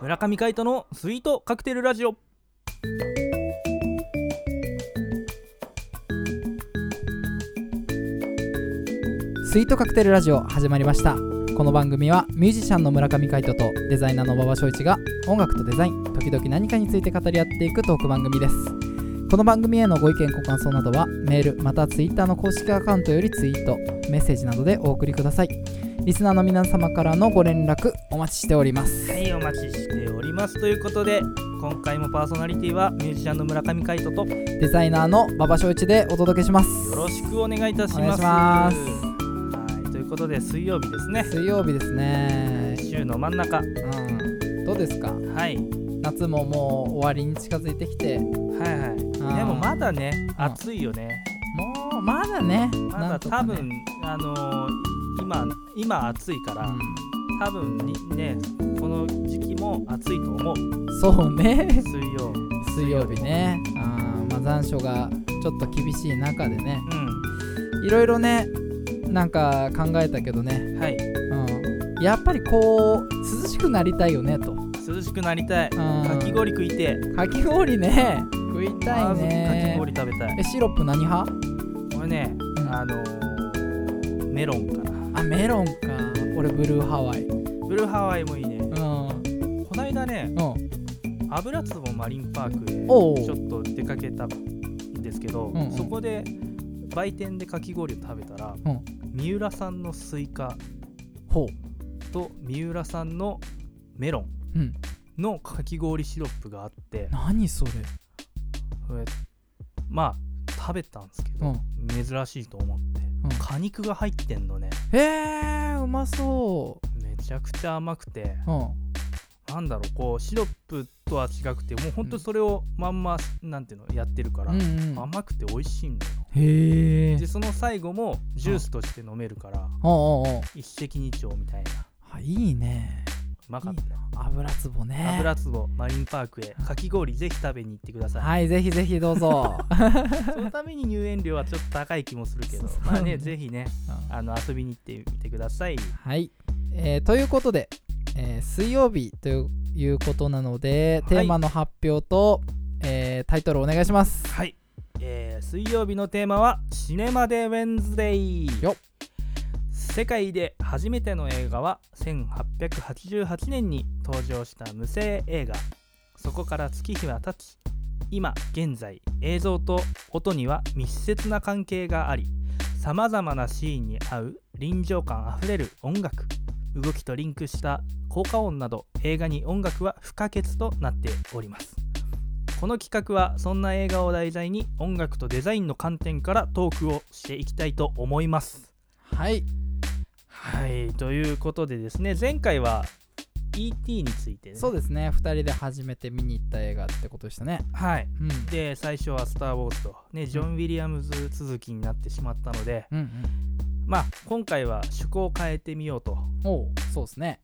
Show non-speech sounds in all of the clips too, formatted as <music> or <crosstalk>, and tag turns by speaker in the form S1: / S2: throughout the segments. S1: 村上海人のスイートカクテルラジオ
S2: スイートカクテルラジオ始まりましたこの番組はミュージシャンの村上海人とデザイナーの馬場翔一が音楽とデザイン時々何かについて語り合っていくトーク番組ですこの番組へのご意見ご感想などはメールまたツイッターの公式アカウントよりツイートメッセージなどでお送りくださいリスナーの皆様からのご連絡お待ちしております
S1: はいお待ちしておりますということで今回もパーソナリティはミュージシャンの村上海人とよ
S2: デザイナーの馬場翔一でお届けします
S1: ろしくお願いいたします
S2: お願いします
S1: はいということで水曜日ですね
S2: 水曜日ですね
S1: 週の真ん中
S2: うんどうですか
S1: はい
S2: 夏ももう終わりに近づいてきて
S1: はいはいで
S2: ー
S1: もまだね
S2: うん
S1: 暑いよね
S2: もうまだね
S1: ま
S2: な
S1: だ
S2: んと
S1: 多
S2: かね
S1: 分あのー今今暑いから多分にねこの時期も暑いと思う
S2: うんそうね <laughs>
S1: 水曜日
S2: 水曜日ねあー、まあ、残暑がちょっと厳しい中でね
S1: う
S2: いろいろねなんか考えたけどね、
S1: んはい
S2: うん、やっぱりこう涼しくなりたいよねと、
S1: 涼しくなりたい
S2: うん、
S1: かき氷食いて
S2: かき氷ね食い
S1: ま
S2: たい
S1: ずかき
S2: ね
S1: 氷食べたい
S2: えシロップ何派
S1: これね
S2: うん
S1: あのーメロンかな
S2: あメロンか俺ブルーハワイう
S1: ブルーハワイもいいね
S2: ん
S1: こないだね
S2: うん
S1: 油壺マリンパークへ
S2: おう
S1: ちょっと出かけたんですけど、
S2: んうん
S1: そこで売店でかき氷を食べたら、
S2: うん
S1: 三浦さんのスイカ
S2: ほ
S1: と三浦さんのメロン
S2: ううん
S1: のかき氷シロップがあって
S2: 何それ
S1: それまあ食べたんですけど、珍しいと思って、
S2: うん
S1: 果肉が入ってんのね
S2: えー、うまそ
S1: めちゃくちゃ甘くて
S2: ううん
S1: なんだろうこうシロップとは違くてもうほんとそれをまんまなんていうのやってるから、
S2: うんうん
S1: 甘くて美味しいのよ
S2: へえ
S1: でその最後もジュースとして飲めるから
S2: おうおうおう
S1: 一石二鳥みたいなう
S2: あいいね
S1: まかったね
S2: 油壺ね
S1: 油壺マリンパークへかき氷ぜひ食べに行ってくだ
S2: <laughs>
S1: さい、
S2: はいぜひぜひどうぞ <laughs>
S1: そのために入園料はちょっと高い気もするけど
S2: そう
S1: まあね
S2: そうね
S1: ぜひね
S2: うん
S1: あの遊びに行ってみてください
S2: はい、えーということで、えー水曜日ということなので、
S1: はい
S2: テーマの発表と、えータイトルお願いします
S1: はい、えー水曜日のテーマは「シネマでウェンズデイ」
S2: よっ
S1: 世界で初めての映画は1888年に登場した無声映画そこから月日は経ち今現在映像と音には密接な関係がありさまざまなシーンに合う臨場感あふれる音楽動きとリンクした効果音など映画に音楽は不可欠となっておりますこの企画はそんな映画を題材に音楽とデザインの観点からトークをしていきたいと思います
S2: はい
S1: はいということでですね前回は E.T. についてね
S2: そうですね2人で初めて見に行った映画ってことでしたね
S1: はい
S2: うん
S1: で最初は「スター・ウォーズと」ねジョン・ウィリアムズ続きになってしまったので
S2: うんうん
S1: まあ今回は趣向を変えてみようと
S2: おうそうですね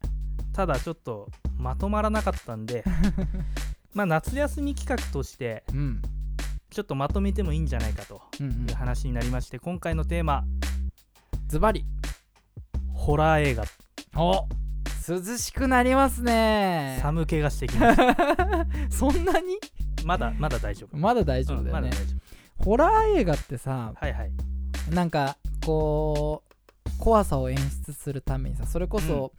S1: ただちょっとまとまらなかったんで <laughs> まあ夏休み企画として
S2: うん
S1: ちょっとまとめてもいいんじゃないかと
S2: うんうん
S1: いう話になりまして今回のテーマ
S2: ズバリ
S1: ホラー映画
S2: お涼しくなりますね
S1: 寒気がしてきました
S2: <laughs> そんなに
S1: まだまだ大丈夫
S2: まだ大丈夫
S1: う
S2: だよ
S1: んまだ
S2: ね
S1: 大、丈
S2: ホラー映画ってさ
S1: 夫はいはい
S2: なんかこう怖さを演出するためにさそれこそ、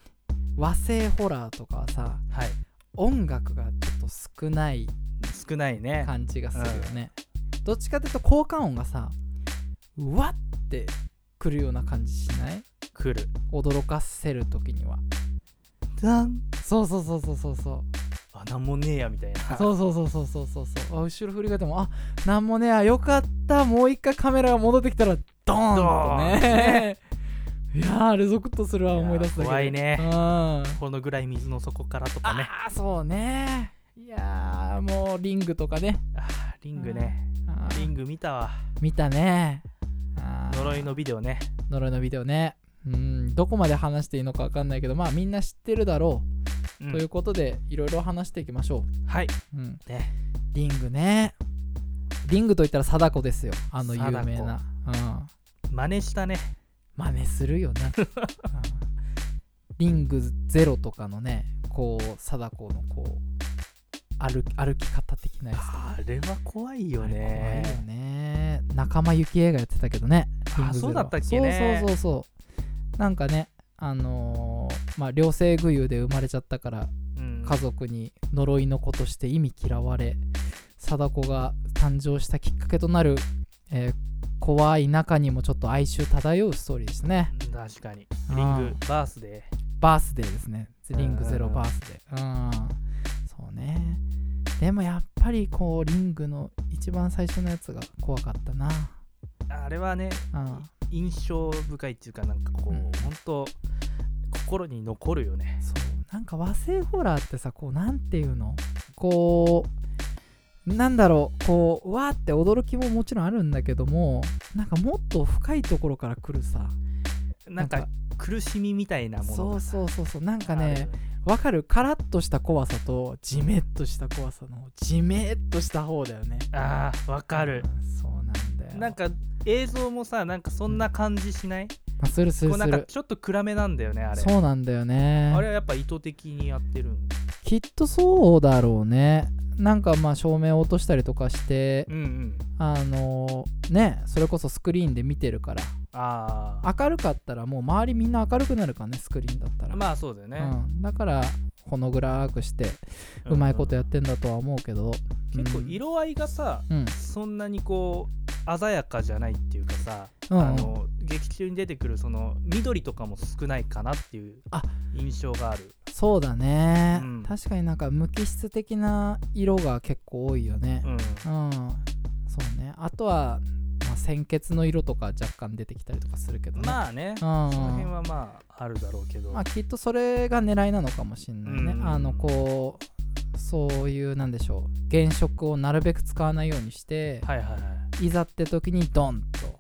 S2: 和製ホラーとかはさ
S1: はい
S2: 音楽がちょっと少ない
S1: 少ないね
S2: 感じがするよね、どっちかっていうと効果音がさうわってくるような感じしない
S1: 来る
S2: 驚かせる時には
S1: ダン
S2: そうそうそうそうそうそう
S1: あなんもねえやみたいな
S2: そうそうそうそうそうそうそうあ後ろ振り返ってもあなんもねあよかったもう一回カメラが戻ってきたらドーンとね <laughs> いやーあれゾクッとするわ
S1: いやー
S2: 思い出すだけで
S1: 怖いね
S2: うんあ
S1: このぐらい水の底からとかね
S2: あそうねいやーもうリングとかね
S1: あーリングね
S2: あー
S1: リング見たわ
S2: 見たねあー
S1: 呪いのビデオね
S2: 呪いのビデオねうんどこまで話していいのか分かんないけどまあみんな知ってるだろ
S1: う
S2: う、
S1: ん
S2: ということでいろいろ話していきましょ
S1: はい、
S2: う、うん、
S1: ね、
S2: リングねリングといったら貞子ですよあの有名な、うん、
S1: 真似したね <laughs>
S2: 真似するよね、リングゼロとかのねこう貞子のこう歩き歩き方的なやつ
S1: あれは怖いよ
S2: あれ
S1: ね
S2: 怖いよね仲間由紀映画やってたけどね
S1: あ
S2: リングゼロ
S1: そうだったっけね
S2: そうそうそうそうなんかねあのーまあ両性具有で生まれちゃったから
S1: うん
S2: 家族に呪いの子として忌み嫌われ貞子が誕生したきっかけとなる、えー怖い中にもちょっと哀愁漂うストーリーですね
S1: 確かに
S2: うん
S1: リングバースで
S2: バースデーですねリングゼ
S1: う
S2: ロ
S1: ん
S2: バースデーうんそうねでもやっぱりこうリングの一番最初のやつが怖かったな
S1: あれはね
S2: うん
S1: 印象深いっていうかなんかこう、
S2: うん
S1: ほんと心に残るよね
S2: そうなんか和製ホラーってさこうなんていうのこうなんだろうこううわーって驚きももちろんあるんだけどもなんかもっと深いところから来るさ
S1: なんか苦しみみたいなもの
S2: そう
S1: う
S2: そうそうそうなんかねわかるカラッとした怖さとジメッとした怖さのジメッとした方だよね
S1: あーわかる
S2: うんそうなんだよ
S1: なんか映像もさなんかそんな感じしない、
S2: まあするする
S1: こうな
S2: す
S1: んか
S2: る
S1: ちょっと暗めなんだよねあれ
S2: そうなんだよね
S1: あれはやっぱ意図的にやってるん
S2: きっとそうだろうねなんかまあ照明を落としたりとかして
S1: うんうん
S2: あのねそれこそスクリーンで見てるから
S1: ああ
S2: 明るかったらもう周りみんな明るくなるからねスクリーンだったら、
S1: まあそうだよね、
S2: うん、だからほの暗くして
S1: うん
S2: うまいことやってんだとは思うけど、
S1: 結構
S2: うん
S1: 色合いがさ、
S2: うん
S1: そんなにこう鮮やかじゃないっていうかさ、
S2: うんうん
S1: あの劇中に出てくるその緑とかも少ないかなっていう
S2: あ
S1: 印象がある
S2: そうだね、
S1: うん
S2: 確かになんか無機質的な色が結構多いよね
S1: うん
S2: うん、そうねあとは、まあ、鮮血の色とか若干出てきたりとかするけどね
S1: まあね、
S2: あ
S1: その辺はまああるだろうけど、
S2: まあ、きっとそれが狙いなのかもしんないね、
S1: うん
S2: あのこうそういうなんでしょう原色をなるべく使わないようにして、
S1: はいはいはい
S2: い、ざって時にドンと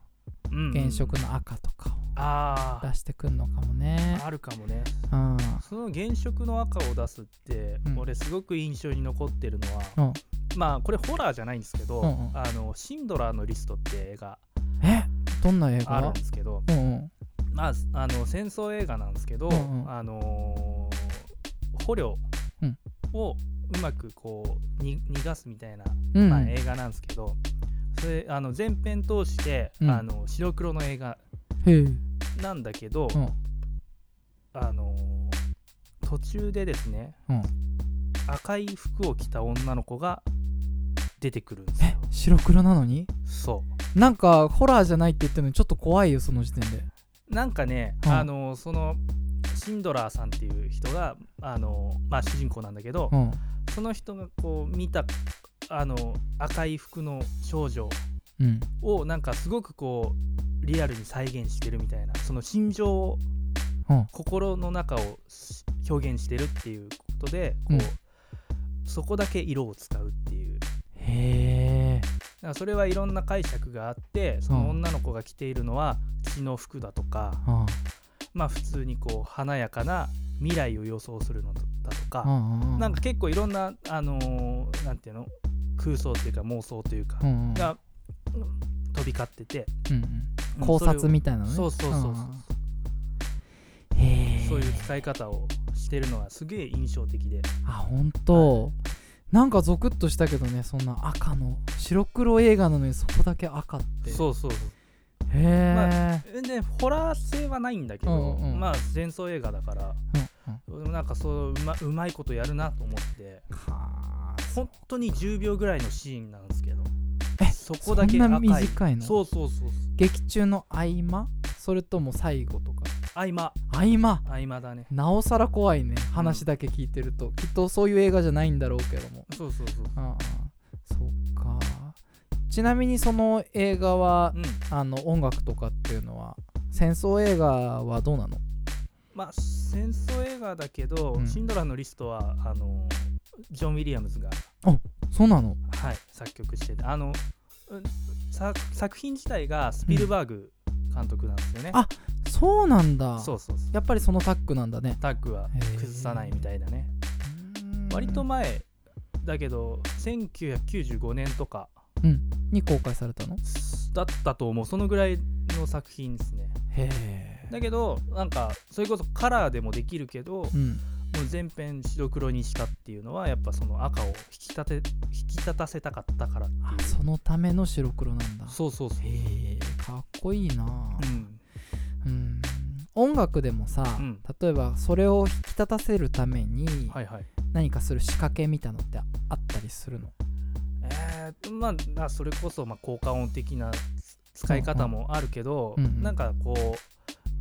S1: うん
S2: 原色の赤とか
S1: あ
S2: を出してくんのかもね
S1: あ、あるかもね
S2: うん、
S1: その原色の赤を出すって、
S2: うん
S1: 俺すごく印象に残ってるのは、
S2: うん
S1: まあこれホラーじゃないんですけど、
S2: うんうん
S1: あのシンドラーのリストって映画
S2: えどんな映
S1: あるん
S2: 画
S1: ですけど、
S2: うんうん
S1: まあ、あの戦争映画なんですけど、
S2: うんうん
S1: あのー捕虜
S2: うん
S1: をうまくこうに逃がすみたいな、
S2: うん
S1: まあ、映画なんですけど、それあの前編通して、
S2: うん
S1: あの白黒の映画
S2: へえ
S1: なんだけど、
S2: うん
S1: あのー途中でですね、
S2: うん
S1: 赤い服を着た女の子が出てくるんですよ。
S2: 白黒なのに
S1: そう
S2: なんかホラーじゃないって言ってるのにちょっと怖いよその時点で
S1: なんかね、
S2: うん
S1: あのそのシンドラーさんっていう人があの、まあ、主人公なんだけど、
S2: うん
S1: その人がこう見たあの赤い服の少女
S2: うん
S1: をなんかすごくこうリアルに再現してるみたいなその心情を、
S2: うん
S1: 心の中をし表現してるっていうことでこう、
S2: うん
S1: そこだけ色を使うっていうだ
S2: へえ
S1: からそれはいろんな解釈があってその女の子が着ているのは血の服だとか。
S2: うん
S1: まあ普通にこう華やかな未来を予想するのだと
S2: う
S1: か、
S2: んうん
S1: なんか結構いろんな、あのーなんていうの空想というか妄想というか、
S2: うんうん
S1: がうん飛び交ってて、
S2: うんうん
S1: うん
S2: 考察みたいなのね
S1: そうそうそうそう
S2: うんへえ
S1: それをそういう使い方をしてるのはすげえ印象的で
S2: あ本当なんかゾクッとしたけどねそんな赤の白黒映画なのにそこだけ赤って
S1: そうそうそ
S2: へえ、
S1: うでホラー性はないんだけど、
S2: うんうん
S1: まあ前奏映画だから
S2: うんうん
S1: なんかそううまうまいことやるなと思って
S2: はあ
S1: 本当に10秒ぐらいのシーンなんですけど
S2: え
S1: そ
S2: そ
S1: こだけ
S2: んな
S1: 赤い
S2: 短いの
S1: そうそうそうそう
S2: 劇中の合間それとも最後とか
S1: 合間
S2: 合間
S1: 合間だね
S2: なおさら怖いね話だけ聞いてると、きっとそういう映画じゃないんだろうけども
S1: そうそうそう
S2: ああそうかちなみにその映画は
S1: うん、
S2: あの音楽とかっていうのは戦争映画はどうなの
S1: まあ戦争映画だけど、
S2: うん
S1: シンドラーのリストはあのジョン・ウィリアムズが、
S2: そうなの
S1: はい、作曲しててあのうん作作品自体がスピルバーグ監督なんですよね、
S2: あそうなんだ
S1: そうそうそう
S2: やっぱりそのタッグなんだね
S1: タッグは
S2: へー
S1: 崩さないみたいだね割と前だけど1995年とか
S2: に公開されたの
S1: だったと思うそのぐらいの作品ですね
S2: へえ
S1: だけどなんかそれこそカラーでもできるけど、
S2: うん
S1: もう全編白黒にしたっていうのはやっぱその赤を引き立て引き立たせたかったからって
S2: あ
S1: いう
S2: そのための白黒なんだ
S1: そうそうそう、
S2: へえかっこいいな
S1: うん
S2: うん音楽でもさ、
S1: うん
S2: 例えばそれを引き立たせるために
S1: はいはい
S2: 何かする仕掛けみたいのってあったりするの
S1: えー、まあなそれこそまあ効果音的な使い方もあるけど、
S2: うんうん
S1: なんかこう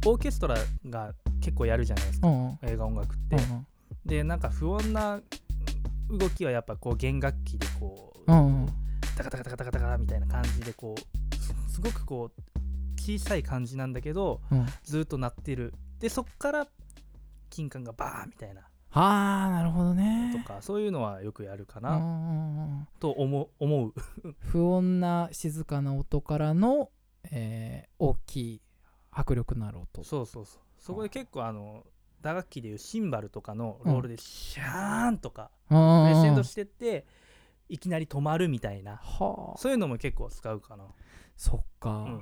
S1: オーケストラが結構やるじゃないですか、
S2: うんうん
S1: 映画音楽って、
S2: うん
S1: でなんか不穏なうん動きはやっぱこう弦楽器でこう、
S2: うんうん
S1: タカタカタカタカタカみたいな感じでこうすごくこう小さい感じなんだけど
S2: うん
S1: ずっと鳴ってるでそっから金管がバーンみたいな
S2: あーなるほど
S1: と
S2: ね
S1: か、そういうのはよくやるか
S2: うんう
S1: なん
S2: うんうん
S1: と思う思う
S2: 不穏な静かな音からの、えー大きい迫力のある音
S1: そうそうそうそこで結構あの打楽器でいうシンバルとかのロールでシャーンとか
S2: うんうんうん
S1: レセンドしてっていきなり止まるみたいな
S2: はあ
S1: そういうのも結構使うかな、
S2: そっか、
S1: うん、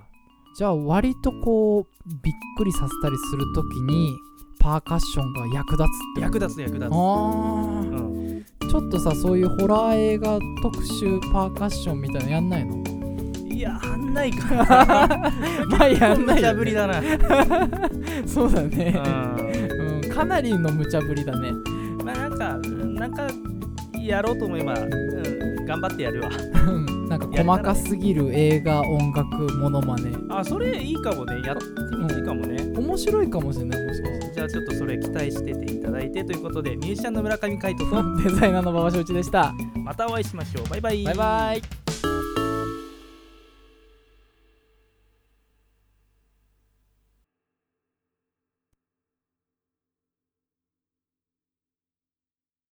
S2: じゃあ割とこうびっくりさせたりするときにパーカッションが役立つって
S1: 役立
S2: つ
S1: つ役立つ、
S2: あ
S1: う
S2: ー
S1: ん、
S2: ちょっとさそういうホラー映画特集パーカッションみたいなのやんないの
S1: いやあんないかな
S2: まあやんないよね
S1: 無茶ぶりだな、
S2: そうだね、
S1: うん
S2: うん、かなりの無茶ぶりだね
S1: まあなんかなんかやろうと思えば、うん、頑張ってやるわ
S2: うんなんか細かすぎる映画音楽モノマネ
S1: あそれいいかもねやってみていいかもね、
S2: 面白いかもしれないもしかして
S1: じゃあちょっとそれ期待してていただいてという
S2: <laughs>
S1: ことでミュージシャンの村上海人と
S2: デザイナーの馬場正一でした
S1: またお会いしましょうバイバイ
S2: バイバイ